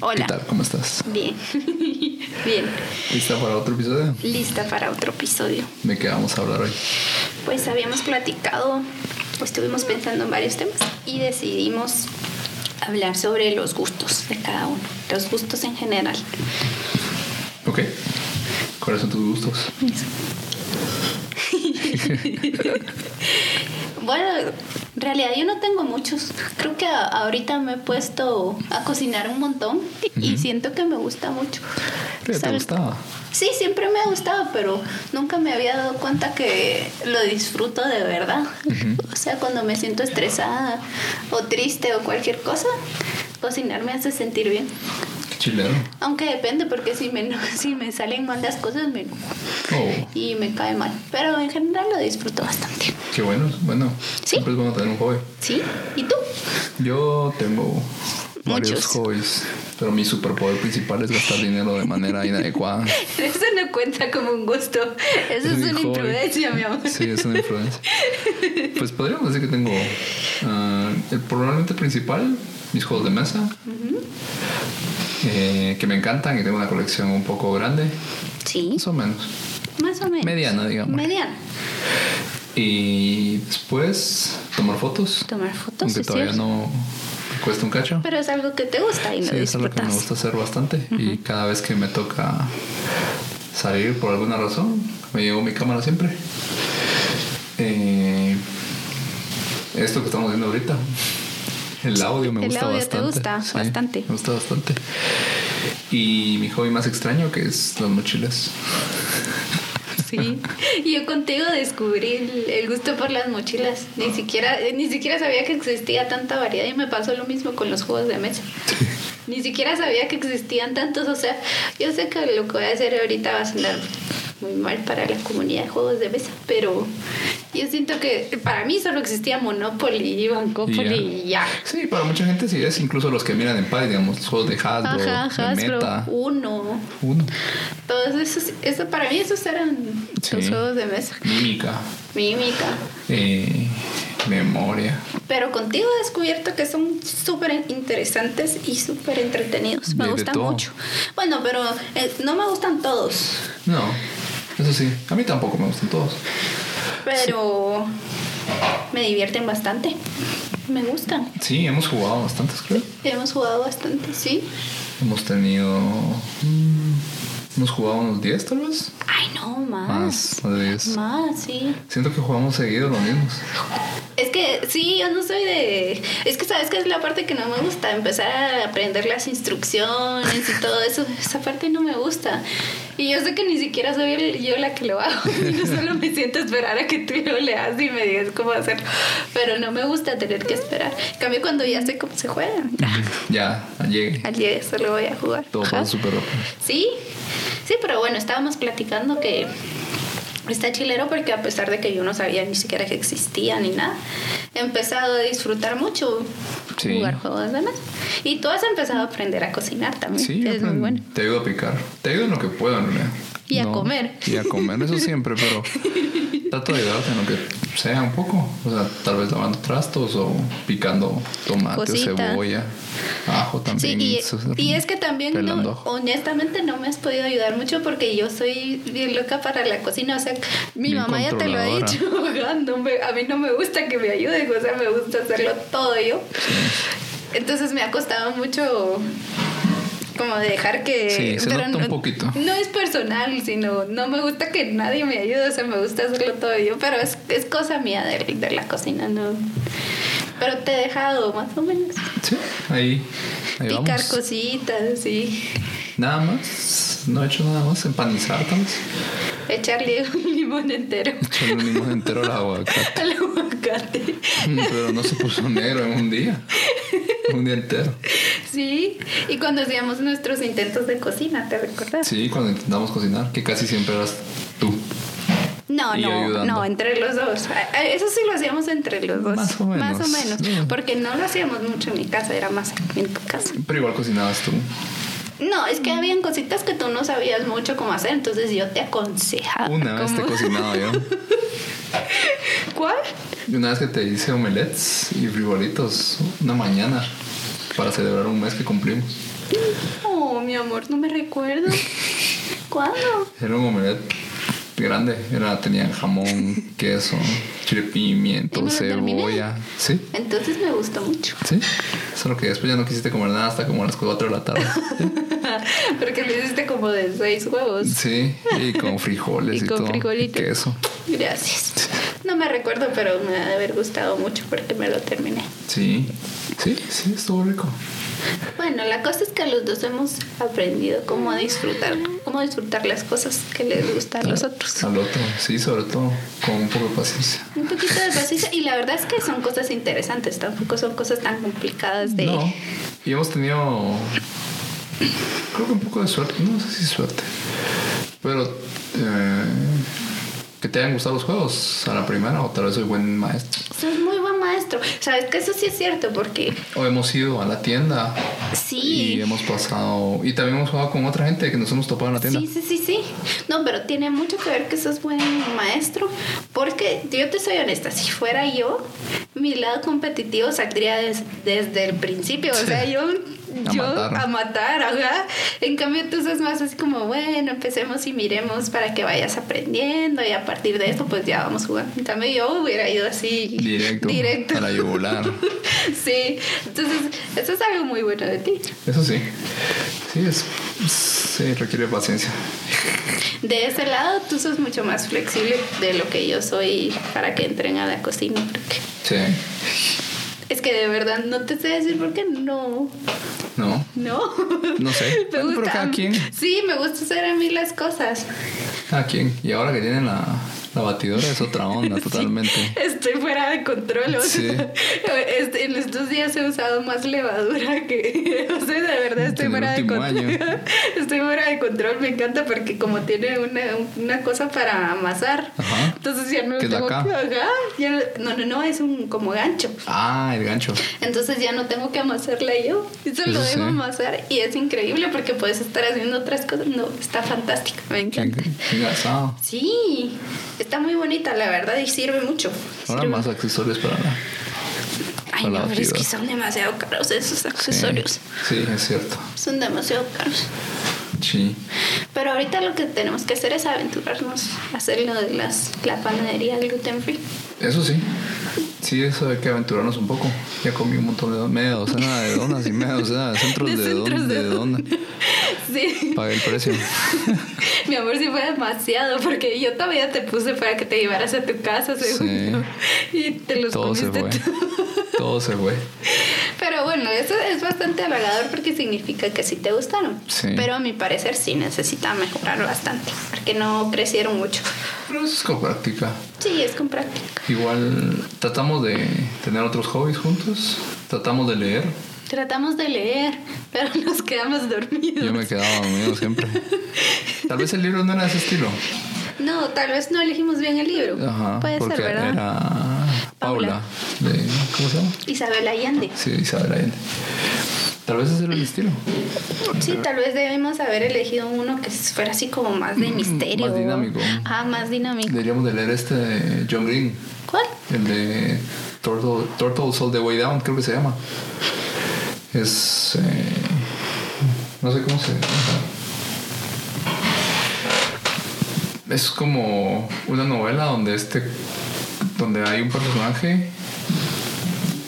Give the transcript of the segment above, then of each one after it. Hola. ¿Qué tal? ¿Cómo estás? Bien. Bien. ¿Lista para otro episodio? Lista para otro episodio. ¿De qué vamos a hablar hoy? Pues habíamos platicado, o estuvimos pensando en varios temas y decidimos hablar sobre los gustos de cada uno, los gustos en general. Ok. ¿Cuáles son tus gustos? Bueno, en realidad yo no tengo muchos. Creo que a- ahorita me he puesto a cocinar un montón y siento que me gusta mucho. ¿Qué te ¿Sabes? gustaba? Sí, siempre me ha gustado, pero nunca me había dado cuenta que lo disfruto de verdad. O sea, cuando me siento estresada o triste o cualquier cosa, cocinar me hace sentir bien. Qué chilero. Aunque depende, porque si me, eno- si me salen mal las cosas me enojo Oh, y me cae mal. Pero en general lo disfruto bastante. qué bueno. Bueno, Sí. siempre es bueno tener un hobby. ¿Sí? ¿Y tú? Yo tengo varios Muchos. hobbies, pero mi superpoder principal es gastar dinero de manera inadecuada. Eso no cuenta como un gusto. Eso es mi una hobby. imprudencia, mi amor. Sí, es una influencia. Pues podríamos decir que tengo ah, el probablemente principal, mis juegos de mesa, eh, que me encantan y tengo una colección un poco grande, Sí, más o menos. más o menos. Mediana, digamos. Mediana. Y después tomar fotos, Tomar fotos. aunque es todavía cierto. no cuesta un cacho. Pero es algo que te gusta y lo Sí, es algo que me disfrutas. gusta hacer bastante. Y cada vez que me toca salir por alguna razón, me llevo mi cámara siempre. Eh, esto que estamos viendo ahorita, el audio me El gusta audio te bastante. gusta Sí, bastante. Me gusta bastante. Y mi hobby más extraño que es las mochilas. Sí. Yo contigo descubrí el, el gusto por las mochilas. Ni Ah. siquiera, eh, ni siquiera sabía que existía tanta variedad y me pasó lo mismo con los juegos de mesa. Ni siquiera sabía que existían tantos. O sea, yo sé que lo que voy a hacer ahorita va a sonar muy mal para la comunidad de juegos de mesa, pero yo siento que para mí solo existía Monopoly y Bancopoly y ya. Sí, para mucha gente sí es, incluso los que miran en paz, digamos, los juegos de Hasbro, Ajá, de Hasbro, Meta, uno. uno, Todos esos, eso para mí esos eran Sí. los juegos de mesa. mímica, Mímica. eh, memoria. Pero contigo he descubierto que son súper interesantes y súper entretenidos. Me De- de gustan todo. mucho. Bueno, pero eh, no me gustan todos. No, eso sí. A mí tampoco me gustan todos. Pero me divierten bastante. Me gustan. Sí, hemos jugado bastantes, creo. Hemos jugado bastante, sí. Hemos tenido. mm, hemos jugado unos 10 tal vez. Ay, no, más. Más, más de 10. Más, sí. Siento que jugamos seguido los mismos. Es que sí, yo no soy de. Es que sabes que es la parte que no me gusta, empezar a aprender las instrucciones y todo eso. Esa parte no me gusta. Y yo sé que ni siquiera soy el- yo la que lo hago. Yo solo me siento a esperar a que tú lo leas y me digas cómo hacerlo. Pero no me gusta tener que esperar. En cambio, cuando ya sé cómo se juega, Ya, llegué. al día solo voy a jugar. Todo Ajá. pasa súper rápido. Sí, sí, pero bueno, estábamos platicando que está chilero porque a pesar de que yo no sabía ni siquiera que existía ni nada, he empezado a disfrutar mucho Sí. jugar juegos de mesa. Y tú has empezado a aprender a cocinar también, Sí, que es muy aprendí. bueno. te ayudo a picar. Te ayudo en lo que puedo, en realidad. Y a comer. Y a comer, eso siempre, pero trato de ayudarte en lo que sea un poco. O sea, tal vez lavando trastos o picando tomate o Cosita. cebolla, ajo Sí, también. y, eso- y es que también, no- pelando ajo. honestamente, no me has podido ayudar mucho porque yo soy bien loca para la cocina. O sea, mi Bien mamá ya te lo ha controladora. dicho. ah, no me- a mí no me gusta que me ayuden, o sea, me gusta hacerlo todo yo. Entonces me ha costado mucho como dejar que... Sí, se nota un no- poquito. No es personal, sino no me gusta que nadie me ayude, o sea, me gusta hacerlo todo yo, pero es, es cosa mía de, de la cocina, ¿no? Pero te he dejado más o menos. Sí, ahí, ahí Picar vamos. cositas, sí. Nada más, no he hecho nada más, empanizar tal vez. Echarle un limón entero Echarle un limón entero al aguacate. al aguacate. Pero no se puso negro en un día. Un día entero. Sí. Y cuando hacíamos nuestros intentos de cocina, ¿te recuerdas? Sí, cuando intentamos cocinar, que casi siempre eras tú. No, Y no, ayudando. no, entre los dos. A- a- Eso sí lo hacíamos entre los dos. Más o menos. Más o menos. Mm. Porque no lo hacíamos mucho en mi casa, era más en tu casa. Pero igual cocinabas tú. No, es que Mm. habían cositas que tú no sabías mucho cómo hacer, entonces yo te aconsejaba. Una vez te Ah, cómo- cocinaba yo. ¿Cuál? Y una vez que te hice omelets y frijolitos una mañana para celebrar un mes que cumplimos. mi amor, no me recuerdo. ¿Cuándo? Era un omelette grande. Era, tenía jamón, queso, chile pimiento, ¿Y me lo terminé? cebolla. Sí, Entonces me gustó mucho. sí. Solo que después ya no quisiste comer nada hasta como a las 4 de la tarde. Porque le hiciste como de seis huevos. Sí, y con frijoles y, Y con todo. frijolitos. Y queso. Gracias. No me recuerdo, pero me ha de haber gustado mucho porque me lo terminé. Sí, sí, sí, estuvo rico. Bueno, la cosa es que los dos hemos aprendido cómo disfrutar, cómo disfrutar las cosas que les gustan a los otros. Al otro, sí, sobre todo con un poco de paciencia. Un poquito de paciencia y la verdad es que son cosas interesantes, tampoco son cosas tan complicadas de... No, y hemos tenido, creo que un poco de suerte, no sé si suerte, pero eh, que te hayan gustado los juegos a la primera o tal vez soy buen maestro. Sos muy buen maestro. Sabes que eso sí es cierto porque O hemos ido a la tienda y sí... hemos pasado, y también hemos jugado con otra gente que nos hemos topado en la tienda. Sí, sí, sí, sí. No, pero tiene mucho que ver que sos buen maestro. Porque yo te soy honesta, si fuera yo, mi lado competitivo saldría des- desde el principio. O sea, yo, A yo matar. a matar, ajá. En cambio, tú sos más así como, bueno, empecemos y miremos para que vayas aprendiendo. Y a partir de esto, pues ya vamos jugando. En cambio, yo hubiera ido así. Directo, Directo. a la yugular. Sí. Entonces, eso es algo muy bueno de ti. Eso sí, sí, es, sí, requiere paciencia. De ese lado, tú sos mucho más flexible de lo que yo soy para que entren a la cocina. porque Sí, es que de verdad no te sé decir por qué no. no, No. no sé. Me Bueno, gusta. pero cada quien. Sí, me gusta hacer a mí las cosas. ¿A quién? Y ahora que tienen la, la batidora es otra onda totalmente. Estoy fuera de control. o Sí. sea, este- en estos días he usado más levadura que. O sea, de verdad estoy En el fuera de último control. año. Estoy fuera de control. Me encanta porque, como tiene una, una cosa para amasar, Ajá. entonces ya no ¿Qué es la tengo que. K? ajá, ya no, no, no, no, es un como gancho. Ah, el gancho. Entonces ya no tengo que amasarla yo. Eso lo Eso sí. dejo amasar y es increíble porque puedes estar haciendo otras cosas. No, está fantástico. Me Qué encanta. qué engasado. Sí, está muy bonita, la verdad, y sirve mucho. Ahora Sirve- más accesorios para la. Ay, para la no, pero es batidora. que son demasiado caros esos sí. accesorios. Sí, es cierto. Son demasiado caros. Sí. Pero ahorita lo que tenemos que hacer es aventurarnos a hacer lo de las, la panadería gluten free. Eso sí. Sí, eso hay que aventurarnos un poco. Ya comí un montón de donas. Media docena de donas y media docena de centros de, De don- centros de de dona. Sí, Pagué el precio. mi amor, sí fue demasiado porque yo todavía te puse para que te llevaras a tu casa, según Sí. yo. Y te los Todo se comiste fue. tú. Todo se fue. Pero bueno, eso es bastante halagador porque significa que sí te gustaron. Sí. Pero a mi parecer sí necesita mejorar bastante porque no crecieron mucho. Pero eso es con práctica. Sí, es con práctica. Igual tratamos de tener otros hobbies juntos. Tratamos de leer. Tratamos de leer, pero nos quedamos dormidos. Yo me quedaba dormido siempre. Tal vez el libro no era de ese estilo. No, tal vez no elegimos bien el libro. Ajá. Puede porque ser, ¿verdad? era Paula. de- ¿Cómo se llama? Isabel Allende. Sí, Isabel Allende. Tal vez ese era el estilo. Sí, tal vez debemos haber elegido uno que fuera así como más de misterio. Mm, más dinámico. Ah, más dinámico. Deberíamos de leer este de John Green. ¿Cuál? El de Turtle, Turtles All the Way Down, creo que se llama. Es... eh, no sé cómo se... o sea, es como una novela donde este... Donde hay un personaje...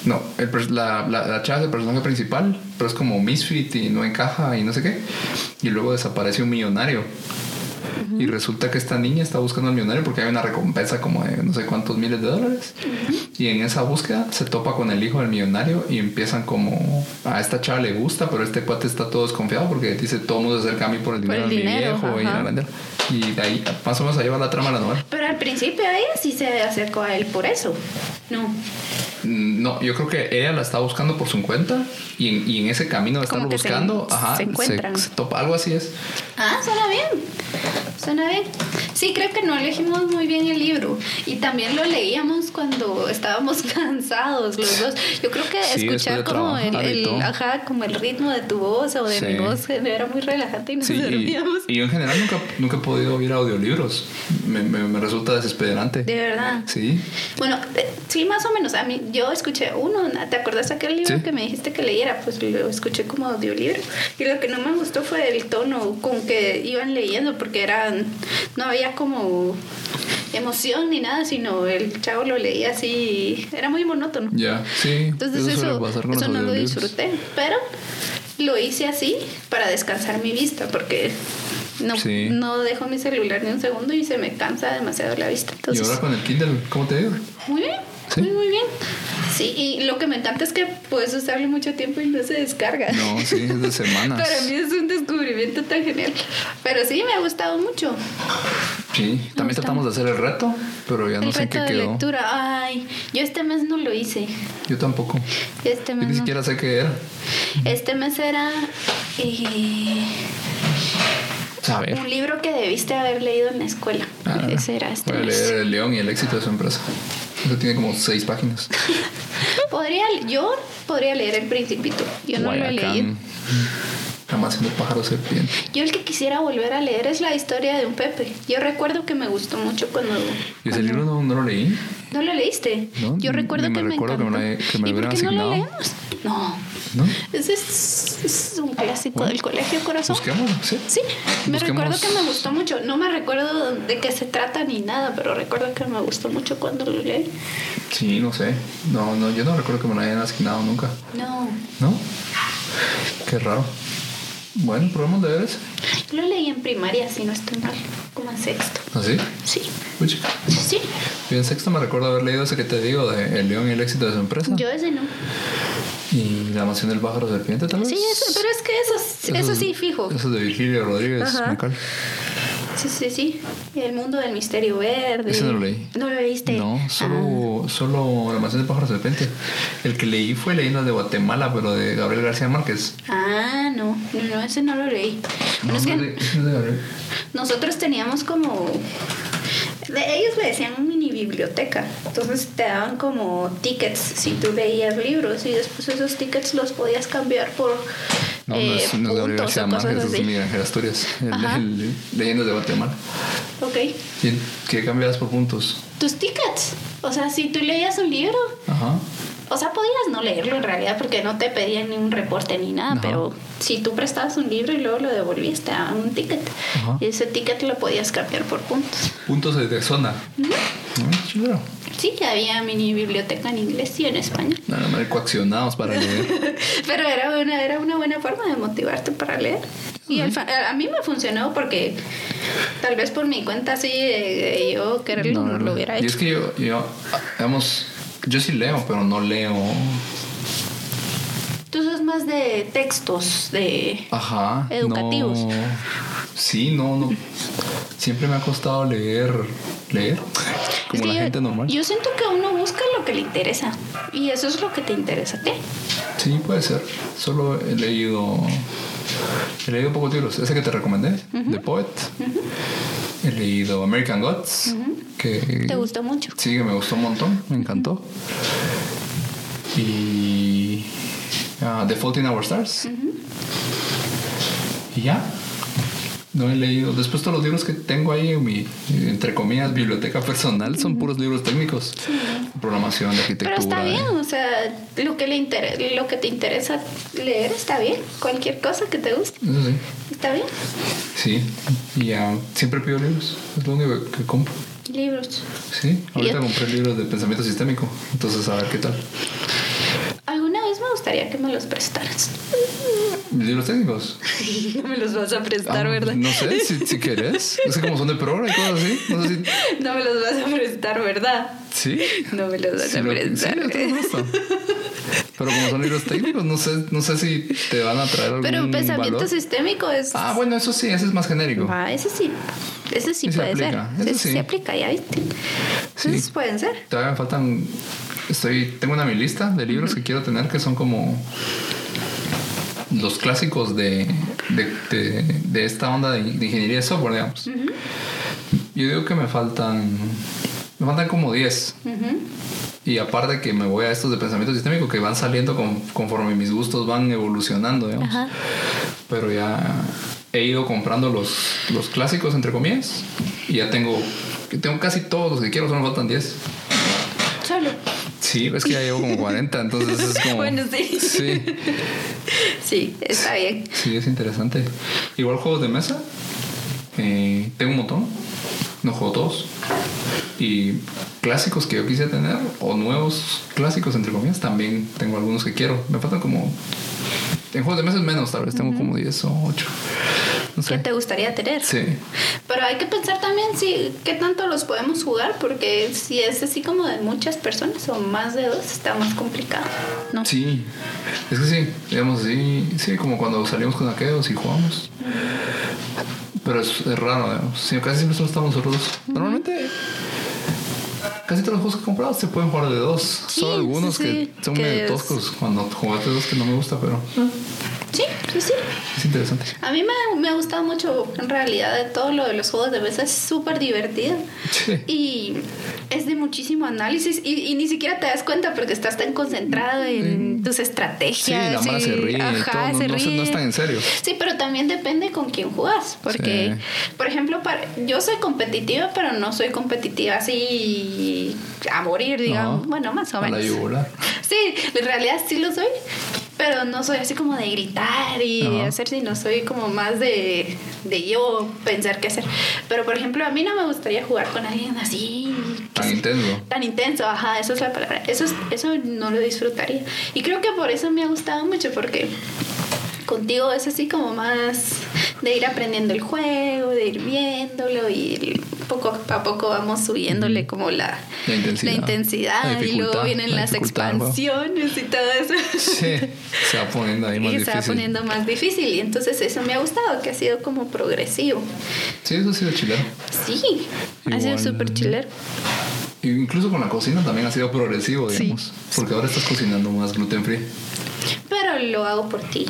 No, el pers- la, la, la chava es el personaje principal, pero es como misfit y no encaja y no sé qué. Y luego desaparece un millonario. Y resulta que esta niña está buscando al millonario porque hay una recompensa como de no sé cuántos miles de dólares. Y en esa búsqueda se topa con el hijo del millonario y empiezan como a esta chava le gusta, pero este cuate está todo desconfiado porque dice todo mundo se acerca a mí por el Por dinero el de mi dinero, viejo y la ajá. grandeza". Y de ahí más o menos ahí va la trama de la novela. Pero al principio ella sí se acercó a él por eso. No. Mm, No, yo creo que ella la está buscando por su cuenta y en, y en ese camino de estarlo Como que se- buscando, ajá, se encuentran. se topa, algo así es. Ah, suena bien. Suena bien. Sí, creo que no elegimos muy bien el libro. Y también lo leíamos cuando estábamos cansados los dos. Yo creo que Sí, después escuchar de como el, trabajar y el- todo. ajá, como el ritmo de tu voz o de Sí. mi voz era muy relajante y nos Sí, y, dormíamos. y yo en general nunca, nunca he podido oír audiolibros. Me, me- me resulta desesperante. De verdad. Sí. Bueno, eh, sí, más o menos. A mí, yo escuché uno. ¿Te acordás aquel libro Sí. que me dijiste que leyera? Pues lo escuché como audiolibro. Y lo que no me gustó fue el tono con que iban leyendo, porque eran. No había como emoción ni nada, sino el chavo lo leía así. Era muy monótono. Ya, sí. Entonces, suele eso, pasar con eso los no lo audiolibros. disfruté. Pero lo hice así para descansar mi vista, porque. No, Sí. no dejo mi celular ni un segundo y se me cansa demasiado la vista. Y Entonces, ahora con el Kindle, ¿cómo te digo? muy bien, ¿Sí? muy, muy bien. Sí, y lo que me encanta es que puedes usarlo mucho tiempo y no se descarga. No, sí, es de semanas. Para mí es un descubrimiento tan genial. Pero sí, me ha gustado mucho. Sí, también gusta. tratamos de hacer el reto, pero ya no el sé en reto qué de quedó. lectura. Ay, yo este mes no lo hice. Yo tampoco. Este Yo mes ni no. siquiera sé qué era. Este mes era eh, Saber. un libro que debiste haber leído en la escuela. Ah, Ese era este voy a mes. leer El León y el éxito de su empresa. Eso tiene como seis páginas. Podría, yo podría leer El Principito. Yo no lo he Guayacán. leído. Jamás siendo pájaro serpiente. Yo el que quisiera volver a leer es la historia de un Pepe. Yo recuerdo que me gustó mucho cuando... ¿Y ese libro no, no lo leí? ¿No lo leíste? No, Yo recuerdo ni que me me recuerdo que me encantó. lo he- que me ¿Y lo por hubieran qué no lo asignado? leemos? No. ¿No? Ese es, es un clásico Bueno, del colegio, corazón. Busquémoslo, sí. Sí, me Busquemos- recuerdo que me gustó mucho. No me recuerdo de qué se trata ni nada, pero recuerdo que me gustó mucho cuando lo leí. Sí, no sé. No, no, yo no recuerdo que me lo hayan asignado nunca. No, ¿No? Qué raro. Bueno, probemos de ver ese. lo leí en primaria, si no estoy mal, como en sexto. ¿Así? Sí, Uy, sí. Yo en sexto me recuerdo haber leído ese que te digo de El León y el éxito de su empresa. Yo ese no. Y La mansión del pájaro serpiente, tal vez. Sí, eso, pero es que eso, Esos- eso sí, fijo. Eso es de Virgilio Rodríguez Ajá. Macal. Sí, sí, sí. El mundo del misterio verde. Ese no lo leí. ¿No lo leíste? No, Ah. solo, solo La mansión del pájaro serpiente. El que leí fue Leyendas de Guatemala, pero de Gabriel García Márquez. Ah, no, no, no, ese no lo leí. Pero No, es no que es de- no es de Gabriel. nosotros teníamos como... de- ellos le decían mini biblioteca. Entonces te daban como tickets si tú leías libros y después esos tickets los podías cambiar por... No, no eh, es, no es de Gabriel puntos García o Márquez, cosas es de así. Miguel Ángel Asturias. El- Ajá. el- Leyendas de Guatemala. Ok. ¿Y ¿Qué cambiabas por puntos? Tus tickets. O sea, si tú leías un libro, Ajá. O sea, podías no leerlo en realidad porque no te pedían ni un reporte ni nada, Ajá. pero si tú prestabas un libro y luego lo devolvías, te daban un ticket. Ajá. Y ese ticket lo podías cambiar por puntos. Puntos de- de zona. Ah, Chulero. Sí, que había mini biblioteca en inglés y en español. Nada más coaccionados para leer. Pero era una, era una buena forma de motivarte para leer. Y al fa- a a mí me funcionó porque tal vez por mi cuenta así de- de yo quererlo no, lo hubiera Y es hecho. que yo, yo, digamos, yo sí leo, pero no leo. Tú sos más de textos, de... Ajá. no- Educativos. sí, no, no. Siempre me ha costado leer. ¿Leer? Como Es que la yo- gente normal. Yo siento que uno busca lo que le interesa. Y eso es lo que te interesa a ti. Sí, puede ser. Solo he leído. He leído pocos libros. Ese que te recomendé, The Poet. He leído American Gods. que, Te gustó mucho. Sí, que me gustó un montón. Me encantó. Y. ah, The Fault in Our Stars. Y ya. No he leído. Después todos los libros que tengo ahí en mi, entre comillas, biblioteca personal son puros libros técnicos. Programación, de Pero arquitectura. está bien, de- o sea, lo que, le inter- lo que te interesa leer está bien. Cualquier cosa que te guste Eso sí. está bien. Sí, y ya siempre pido libros, es lo único que compro. Libros. Sí, ahorita Yo- compré libros de pensamiento sistémico, entonces a ver qué tal. Alguna vez me gustaría que me los prestaras. ¿Libros técnicos? no me los vas a Ah, prestar, ¿verdad? No sé, si, si querés. No sé cómo son de programa y cosas así. No sé si. No me los vas a prestar, ¿verdad? Sí. No me los vas Si a lo- prestar. sí, yo te lo presto. Pero como son libros técnicos, no sé, no sé si te van a traer algún Pero pensamiento valor. sistémico es... Ah, bueno, eso sí, ese es más genérico. Ah, ese sí, ese sí Sí se puede aplica, ser. ese Ese sí. sí. se aplica, ya viste. Sí. Esos pueden ser. Todavía me faltan. Estoy, tengo una mi lista de libros que quiero tener que son como los clásicos de, de, de- de esta onda de, de ingeniería de software, digamos. Yo digo que me faltan. Me faltan como 10. Ujú. Y aparte que me voy a estos de pensamiento sistémico que van saliendo con- conforme mis gustos van evolucionando, digamos. Ajá. Pero ya he ido comprando los, los clásicos, entre comillas. Y ya tengo, que tengo casi todos los que quiero, solo me faltan 10. Solo. Sí, es que ya llevo como 40, entonces es como... Bueno, sí. Sí, Sí, está bien. sí, es interesante. Igual juegos de mesa. eh, tengo un montón. No juego todos. Y clásicos que yo quise tener, o nuevos clásicos, entre comillas, también tengo algunos que quiero. Me faltan como... En juegos de mesa es menos, tal vez tengo como 10 o 8. No ¿Qué sé. te gustaría tener? Sí. Pero hay que pensar también si qué tanto los podemos jugar, porque si es así como de muchas personas o más de dos, está más complicado. No. Sí, es que sí, digamos así, sí, como cuando salimos con aquellos y jugamos. Pero es, es raro, digamos. Sí, casi siempre solo estamos nosotros dos. Normalmente, casi todos los juegos que he comprado se pueden jugar de dos. solo sí, algunos sí, que son que medio es- toscos cuando jugaste dos que no me gusta, pero Sí, sí, sí. es interesante. A mí me, me ha gustado mucho, en realidad, de todo lo de los juegos de mesa. Es súper divertido. Sí. Y es de muchísimo análisis y, y ni siquiera te das cuenta porque estás tan concentrado en Mm. tus Sí, estrategias. la mala y- se ríe, y ajá, todo, no, se no, se- no ríe. es tan en serio. Sí, pero también depende con quién juegas. Porque, por ejemplo, para, yo soy competitiva, pero no soy competitiva así a morir, digamos. No, bueno, más o a la menos. yugular. Sí, en realidad sí lo soy, pero no soy así como de gritar y de Ajá. hacer, sino soy como más de, de yo pensar qué hacer. Pero, por ejemplo, a mí no me gustaría jugar con alguien así. que Tan se- intenso. Tan intenso, ajá, esa es la palabra. Eso, es- eso no lo disfrutaría. Y creo que por eso me ha gustado mucho, porque contigo es así como más de ir aprendiendo el juego, de ir viéndolo y poco a poco vamos subiéndole como la, La intensidad. la intensidad, La y dificultad, luego vienen la las dificultad del juego. expansiones y todo eso. Sí, se va poniendo ahí más y se difícil. va poniendo más difícil. Y entonces eso me ha gustado, que ha sido como progresivo. Sí, eso ha sido chileno. Sí, ha sido Igual. súper chilero. Incluso con la cocina también ha sido progresivo, Sí. digamos. Porque ahora estás cocinando más gluten free. Pero lo hago por ti.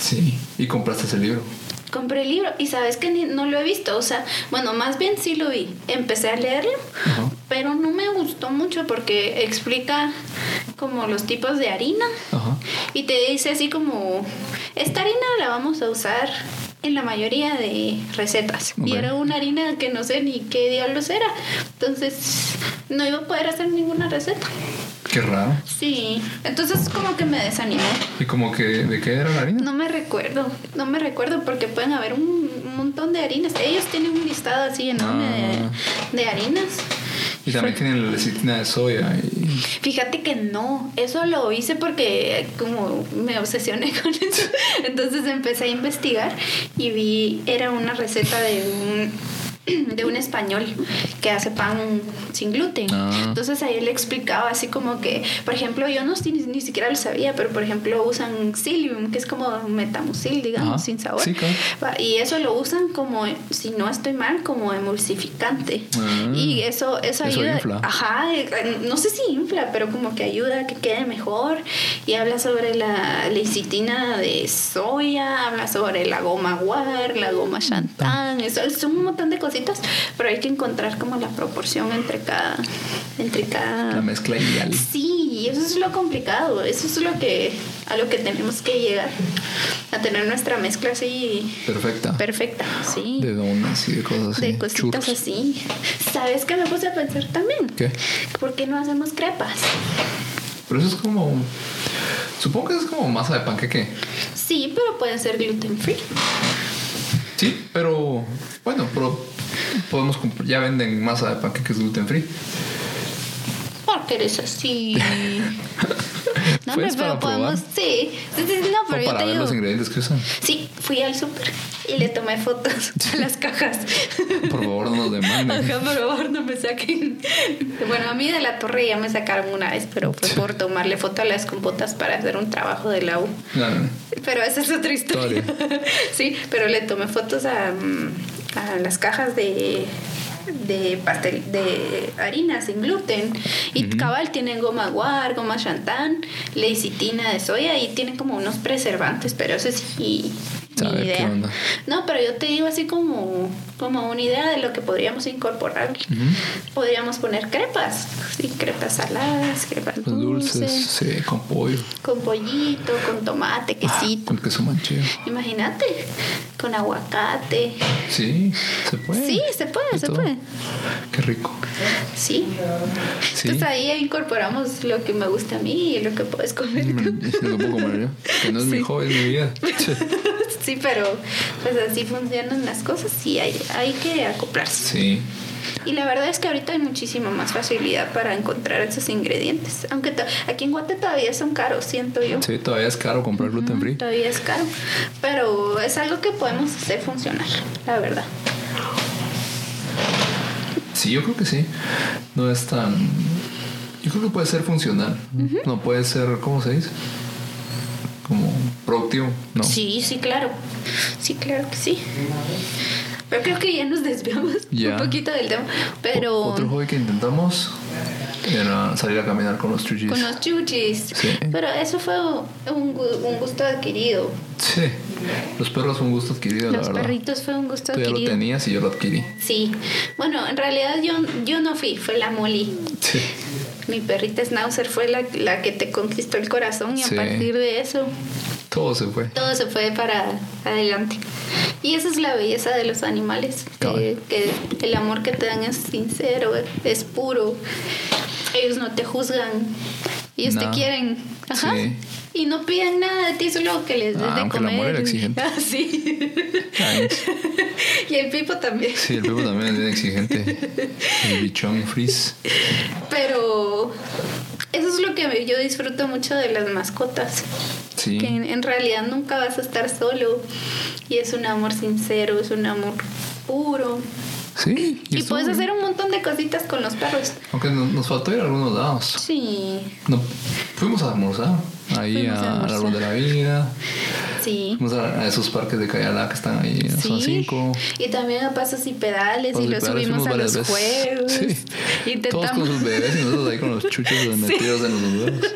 Sí. Y compraste ese libro. Compré el libro y sabes que ni- no lo he visto. O sea, bueno, más bien sí lo vi. Empecé a leerlo, Ajá. pero no me gustó mucho porque explica como los tipos de harina. Ajá. Y te dice así como, esta harina la vamos a usar en la mayoría de recetas. Y Ok. era una harina que no sé ni qué diablos era. Entonces no iba a poder hacer ninguna receta. Qué raro. Sí, entonces como que me desanimó. ¿Y como que de qué era la harina? No me recuerdo, no me recuerdo porque pueden haber un, un montón de harinas. Ellos tienen un listado así enorme Ah. de, de harinas. Y también tienen la lecitina de soya. Y... Fíjate que no, eso lo hice porque eh, como me obsesioné con eso. Entonces empecé a investigar y vi, era una receta de un, de un español que hace pan sin gluten. Ah. Entonces ahí le explicaba así como que, por ejemplo, yo no sé, ni, ni siquiera lo sabía, pero por ejemplo usan psyllium, que es como metamucil, digamos, Ajá. sin sabor. Sí, claro. Va, Y eso lo usan como, si no estoy mal, como emulsificante. Ah. Y eso, eso Eso ayuda. infla. Ajá, eh, no sé si infla, pero como que ayuda a que quede mejor. Y habla sobre la lecitina de soya, habla sobre la goma guar, la goma chantán, eso son un montón de cositas, pero hay que encontrar como la proporción entre cada, entre La cada. mezcla ideal. Sí, eso es lo complicado, eso es lo que a lo que tenemos que llegar, a tener nuestra mezcla así Perfecta. perfecta, sí. de donas y de cosas así. De cositas Churros. así. ¿Sabes qué me puse a pensar también? ¿Qué? ¿Por qué no hacemos crepas? Pero eso es como... Supongo que es como masa de panqueque. Sí, pero pueden ser gluten free. Sí, pero... Bueno, pero podemos comprar... Ya venden masa de panqueques gluten free. Porque eres así. No, hombre, Pues, para pero probar. podemos. Sí. Sí, sí, sí, no, O pero yo para te ver digo. los ingredientes que usan. Sí, fui al súper y le tomé fotos a las cajas. Por favor, no nos demanden. Ajá, por favor, no me saquen. Bueno, a mí de la torre ya me sacaron una vez, pero fue por tomarle foto a las compotas para hacer un trabajo de la U. No, no, no. Pero esa es otra historia. sí, pero le tomé fotos a, mm, a las cajas de de pastel de harina sin gluten y cabal tienen goma guar, goma chantán, lecitina de soya y tienen como unos preservantes, pero eso sí ni Sabe qué idea. onda. No, pero yo te digo así como, como una idea de lo que podríamos incorporar. Podríamos poner crepas, sí, crepas saladas, crepas Los dulces, dulces, sí, con pollo. con pollito, con tomate, Ah, quesito. con queso manchego. Imagínate, con aguacate. Sí, se puede. Sí, se puede, De se todo. puede. Qué rico. Sí. Sí. Entonces ahí incorporamos lo que me gusta a mí y lo que puedes comer. Mm, tú. es lo que puedo comer yo. Que no es mi Sí. hobby, es mi vida. sí, pero pues así funcionan las cosas y hay, hay que acoplarse. Sí. Y la verdad es que ahorita hay muchísima más facilidad para encontrar esos ingredientes. Aunque to- aquí en Guate todavía son caros, siento yo. Sí, todavía es caro comprar gluten free. Todavía es caro. Pero es algo que podemos hacer funcionar, la verdad. Sí, yo creo que sí. No es tan. Yo creo que puede ser funcional. No puede ser, ¿cómo se dice? Como productivo. No. Sí, sí, claro. Sí, claro que sí. Pero creo que ya nos desviamos Ya. un poquito del tema. O- Pero Otro hobby que intentamos era salir a caminar con los chuchis. con los chuchis. Sí. Pero eso fue un, gu- un gusto adquirido. Sí. Los perros fue un gusto adquirido, los la verdad. perritos fue un gusto Tú ya lo adquirido. tenías y yo lo adquirí. Sí. Bueno, en realidad yo, yo no fui, fue la Molly. Sí. Mi perrita Schnauzer fue la, la que te conquistó el corazón y Sí. a partir de eso Todo se fue. todo se fue para adelante. Y esa es la belleza de los animales, que, Cabal. que el amor que te dan es sincero, es puro. Ellos no te juzgan, ellos No. te quieren. Ajá. Sí. Y no piden nada de ti, solo que les des Ah, de aunque el comer. amor era exigente. Ah, sí. Ay, y el pipo también. sí, el Pepo también es bien exigente. El bichón frizz. Pero eso es lo que yo disfruto mucho de las mascotas. Sí. Que en, en realidad nunca vas a estar solo. Y es un amor sincero, es un amor puro. Sí. Y, estuvo puedes bien. hacer un montón de cositas con los perros. Aunque no- nos faltó ir a algunos lados. Sí, No, fuimos a almorzar ahí Fuimos a, a al almorzar. árbol de la vida. sí. Fuimos a, a esos parques de Cayala que están ahí en zona 5. Y también a pasos y pedales Pasos y y los pedales subimos fuimos a los varias juegos. veces. Sí. Todos con Intentamos, sus bebés y nosotros ahí con los chuchos metidos en los dedos.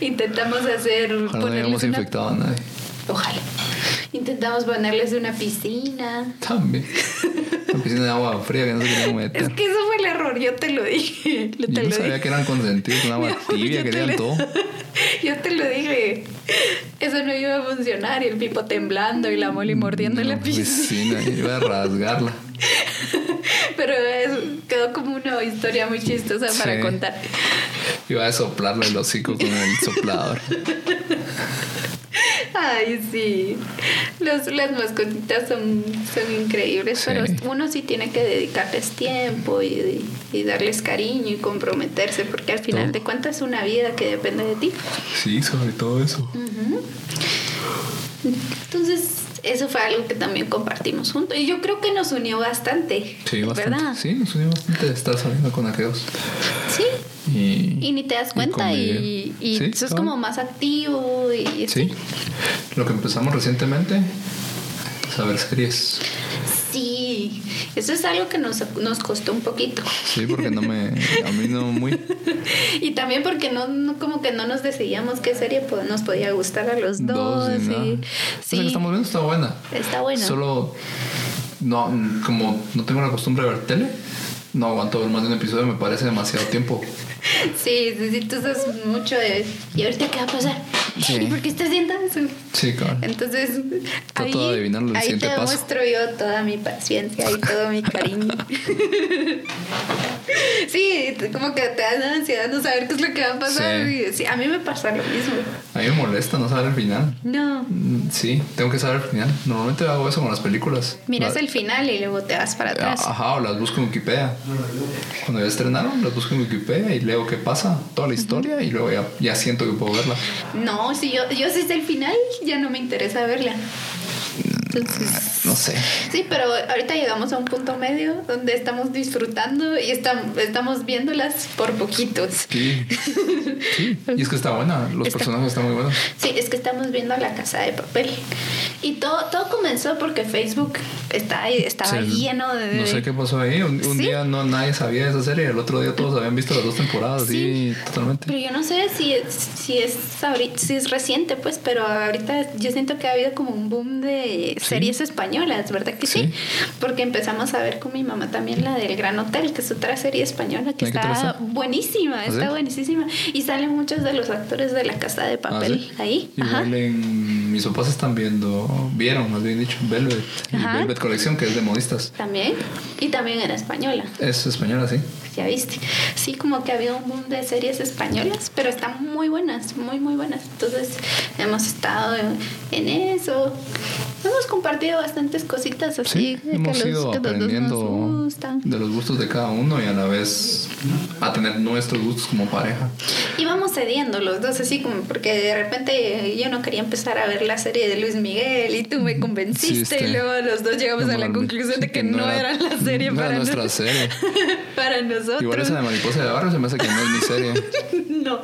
intentamos hacer Ojalá no ponerles hayamos una- infectado a nadie. Ojalá. Intentamos ponerles una piscina. También. Una piscina de agua fría que no se querían meter. Es que eso fue el error, yo te lo dije. Yo Yo te no lo sabía dije. que eran consentidos con Mi agua amor, tibia, yo te querían lo- todo. Yo te lo dije. Eso no iba a funcionar. Y el pipo temblando y la moli mordiendo No, pues la piscina. iba a rasgarla. Pero es- quedó como una historia muy chistosa Sí. para contar. Iba a soplarle el hocico con el soplador. Ay, sí. Los, las mascotitas son, son increíbles, Sí. pero uno sí tiene que dedicarles tiempo y, y darles cariño y comprometerse, porque al final Todo. de cuentas es una vida que depende de ti. Sí, sobre todo eso. Mm, Entonces, eso fue algo que también compartimos juntos. Y yo creo que nos unió bastante. Sí, bastante. ¿Verdad? Sí, nos unió bastante estar saliendo con aquellos. Sí. Y, Y ni te das cuenta y, convivir. y Sí, sos ¿no? como más activo y, y Sí. Lo que empezamos recientemente es a ver series. Sí, eso es algo que nos, nos costó un poquito. Sí, porque no me. A mí no muy. Y también porque no, no- como que no nos decidíamos qué serie po- nos podía gustar a los dos. Dos ni nada. y- Esa que sí, estamos viendo está buena. está bueno. Solo. No, como no tengo la costumbre de ver tele, no aguanto ver más de un episodio, me parece demasiado tiempo. Sí, sí, sí, tú sos mucho de... ¿Y ahorita qué va a pasar? Sí. ¿Y por qué estás haciendo eso? Sí, cabrón. Entonces, ahí, Trato de adivinar el ahí siguiente te paso. muestro yo toda mi paciencia y todo mi cariño. sí, te- como que te da ansiedad no saber qué es lo que va a pasar. Sí. Y- sí, a mí me pasa lo mismo. A mí me molesta no saber el final. No, Mm, Sí, tengo que saber el final. Normalmente hago eso con las películas. miras La- eh, el final y luego te vas Ah. para atrás. Ajá, o las busco en Wikipedia. Cuando ya estrenaron, las busco en Wikipedia y leo qué pasa, toda la historia, y luego ya, ya siento que puedo verla. No, si yo, yo si es el final, ya no me interesa verla. Entonces, No sé. sí, pero ahorita llegamos a un punto medio donde estamos disfrutando y estam- estamos viéndolas por poquitos. Sí. Sí. Y es que está buena, los Está- personajes están muy buenos. Sí, es que estamos viendo la casa de papel. Y todo, todo comenzó porque Facebook está, ahí- estaba Sí. lleno de... No sé qué pasó ahí. Un, un Sí. día no nadie sabía de esa serie, el otro día todos habían visto las dos temporadas, sí, Pero totalmente. yo no sé si es, si es ahorita- si es reciente, pues, pero ahorita yo siento que ha habido como un boom de series españolas. españolas, ¿verdad que sí? Sí. Porque empezamos a ver con mi mamá también la del Gran Hotel, que es otra serie española que ¿De qué está, trata? buenísima, ¿Ah, está sí? buenísima. Y salen muchos de los actores de la casa de Ah, papel ¿sí? ahí. Ajá. Igual en mis papás están viendo, vieron más bien dicho, Velvet. y Ajá. Velvet Colección, que es de modistas. También. Y también era española. Es española, sí. Ya viste. Sí, como que había un boom de series españolas, pero están muy buenas, muy, muy buenas. Entonces, hemos estado en, en eso. Hemos compartido bastantes cositas así Sí, de hemos los- ido que los dos nos aprendiendo gustan. de los gustos de cada uno y a la vez a tener nuestros gustos como pareja. Y vamos cediendo los dos, así como porque de repente yo no quería empezar a ver la serie de Luis Miguel y tú me convenciste Mm, Sí, este, y luego los dos llegamos a la Como conclusión de sí, que, no, era la serie no era para, nos- nuestra serie. para nosotros. Igual esa de Mariposa de Barrio se me hace que no es mi serie. No,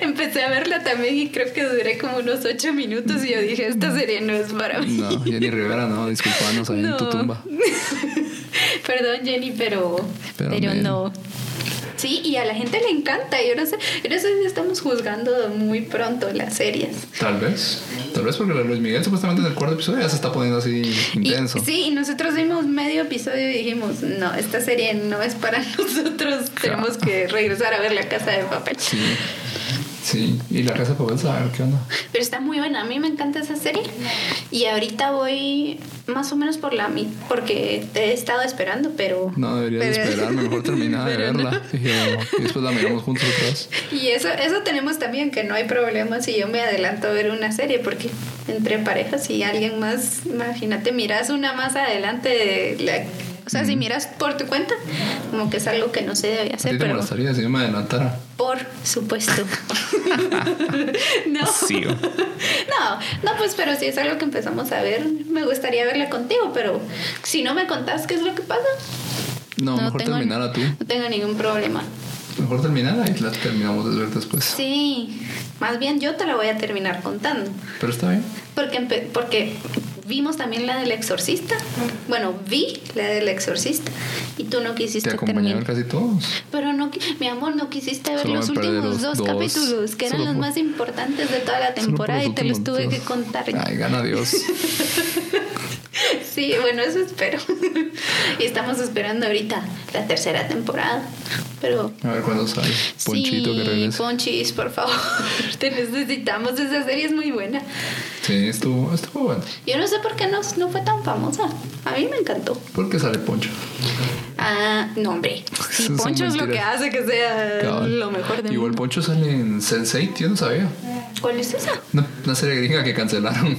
empecé a verla también y creo que duré como unos ocho minutos y yo dije, esta serie no es para mí. No, Jenny Rivera, no, disculpanos ahí Mm. en tu No. tumba. Perdón, Jenny, pero, Pero pero, men. no. Sí, y a la gente le encanta. Yo no sé, yo no sé si estamos juzgando muy pronto las series. Tal vez, tal vez porque la Luis Miguel supuestamente en el cuarto episodio ya se está poniendo así Y- intenso. sí, y nosotros vimos medio episodio y dijimos, no, esta serie no es para nosotros, tenemos que regresar a ver La Casa de Papel. Sí. Sí, y la casa de papel, ¿sabes qué onda? Pero está muy buena, a mí me encanta esa serie. Y ahorita voy más o menos por la mitad, porque te he estado esperando, pero... No deberías pero- esperarme, mejor terminar de pero no. verla. Y, yo, y después la miramos juntos otra vez. Y eso, eso tenemos también, que no hay problema si yo me adelanto a ver una serie, porque entre parejas y alguien más, imagínate, miras una más adelante de la... O sea, si miras por tu cuenta, como que es algo que no se debe ¿A ti hacer, te pero molestaría si yo me adelantara? por supuesto. no. Sí. No, no, pues, pero si es algo que empezamos a ver, me gustaría verla contigo, pero si no me contás qué es lo que pasa, No, No mejor tengo- terminara tú. no tengo ningún problema. Mejor terminara y la terminamos de ver después. Sí, más bien yo te la voy a terminar contando. Pero está bien. Porque, empe- porque vimos también la del exorcista. Bueno, vi la del exorcista y tú no Te quisiste acompañé a terminar. ver casi todos. Pero no, qui- mi amor, no quisiste ver Solo los me perdí últimos los dos, dos. capítulos, que eran Solo los por- más importantes de toda la Solo por temporada los y te los últimos tuve que dos. contar. Ay, gana Dios. Sí, bueno, eso espero. y estamos esperando ahorita la tercera temporada. Pero A ver cuándo sale. Ponchito sí, que regrese. Ponchis, por favor, te necesitamos. Esa serie es muy buena. Sí, estuvo, estuvo bueno. Yo no sé por qué no, no fue tan famosa. A mí me encantó. ¿Por qué sale Poncho? Ah, no, hombre. Sí, Son Poncho es lo que mentiras. hace que sea Cabal. lo mejor de Igual Poncho sale en Sense8, yo no sabía. ¿Cuál es esa? Una, una serie gringa que cancelaron.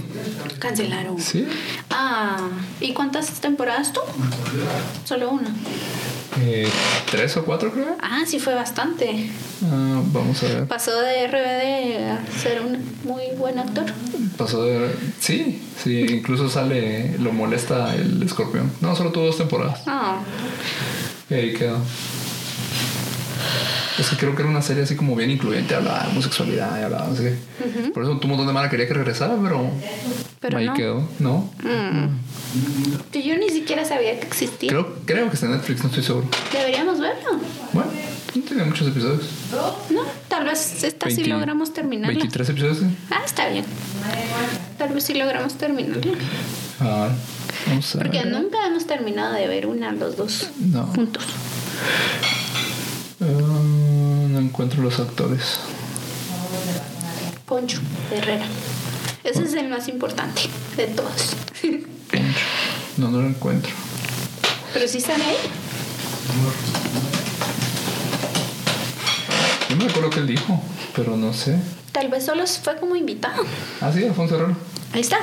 Cancelaron. Sí. Ah, ¿y cuántas temporadas tuvo? Solo una. Eh, tres o cuatro, creo. Ah, sí fue bastante. Ah, vamos a ver. Pasó de RBD a ser un muy buen actor. Pasó de. Sí, sí, incluso sale. Lo molesta el escorpión. No, solo tuvo dos temporadas. Ah, Y ahí quedó. Es que creo que era una serie así como bien incluyente, hablaba de homosexualidad y hablaba así. Por eso un montón de mala quería que regresara, pero, pero ahí no. quedó, ¿no? Mm. Que Yo ni siquiera sabía que existía. Creo, creo que está en Netflix, no estoy seguro. Deberíamos verlo. Bueno, no tiene muchos episodios. No, tal vez esta sí 20 logramos terminarla. 23 episodios. ¿sí? Ah, está bien. Tal vez sí logramos terminarla. Ah, vamos a Porque ver. nunca hemos terminado de ver una los dos No. juntos. Ah, no encuentro los actores. Poncho Herrera. Ese es el más importante de todos. No, no lo encuentro. Pero sí están ahí. Yo me acuerdo que él dijo, pero no sé. Tal vez solo fue como invitado. Ah, sí, Alfonso Herrero. Ahí está.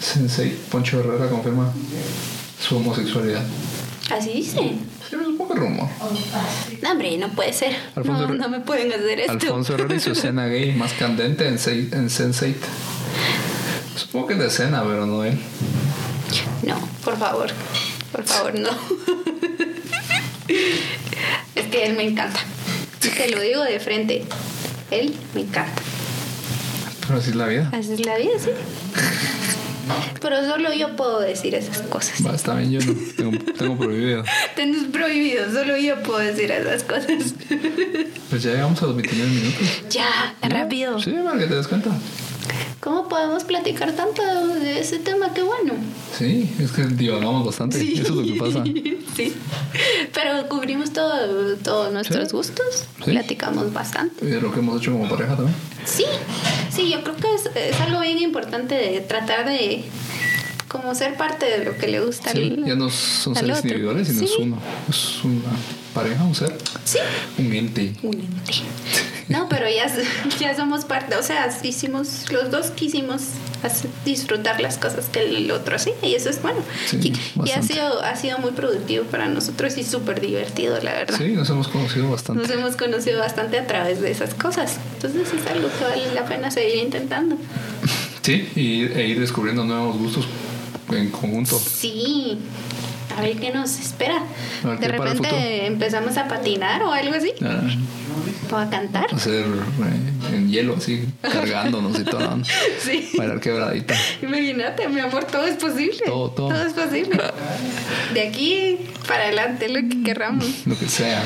Sensei Poncho Herrera confirma su homosexualidad. Así dice. Sí, es un poco de rumor. No, hombre, no puede ser. Alfonso no, Herrera- no me pueden hacer esto. Alfonso Herrera y su escena gay más candente en, Sei- en Sense8. Supongo que es de escena, pero no él. No, por favor. Por favor, no. es que él me encanta. Y Te lo digo de frente. Él me encanta. Pero así es la vida. Así es la vida, sí. Pero solo yo puedo decir esas cosas. Va, está bien, yo no. Tengo, tengo prohibido. Tenés prohibido, solo yo puedo decir esas cosas. Pues ya llegamos a los 29 minutos. ya, rápido. Sí, para que te des cuenta. ¿Cómo podemos platicar tanto de ese tema? Qué bueno. Sí, es que divagamos bastante. Sí. Eso es lo que pasa. Sí. Pero cubrimos todo, todos nuestros Sí. gustos. Sí. Platicamos bastante. Y de Eh, lo que hemos hecho como pareja también. Sí, sí, yo creo que es, es algo bien importante de tratar de como ser parte de lo que le gusta Sí, al- ya no son al seres otro. individuales, sino Sí. es uno. Es una pareja, un ser, Sí. un ente. Un ente. No, pero ya, ya somos parte, o sea, hicimos, los dos quisimos hacer- disfrutar las cosas que el otro hacía y eso es bueno. Sí, y y ha, bastante. sido, ha sido muy productivo para nosotros y súper divertido, la verdad. Sí, nos hemos conocido bastante. Nos hemos conocido bastante a través de esas cosas. Entonces es algo que vale la pena seguir intentando. Sí, y, e ir descubriendo nuevos gustos en conjunto. Sí. A ver qué nos espera. A ver De qué para el futuro. repente empezamos a patinar o algo así. Ah, O a cantar. hacer eh, en hielo, así, cargándonos y todo. ¿no? Sí. Bailar quebradita. Imagínate, mi amor, todo es posible. Todo, todo. es posible. De aquí para adelante, lo que querramos. Lo que sea.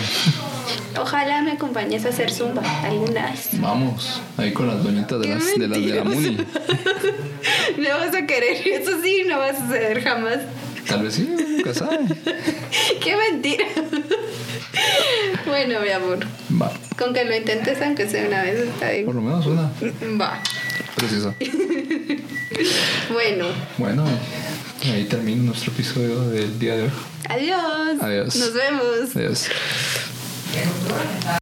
Ojalá me acompañes a hacer zumba alguna vez. Vamos. Ahí con las doñitas de Qué las de, las de la mentiroso. Muni. No vas a querer, eso sí, no va a suceder jamás. Tal vez sí, uno nunca sabe. Qué mentira. Bueno, mi amor, Va, con que lo intentes, aunque sea una vez, está por bien. lo menos una. Va. Precisa. Bueno, Bueno, ahí termina nuestro episodio del día de hoy. adiós. Adiós. Nos vemos. Adiós.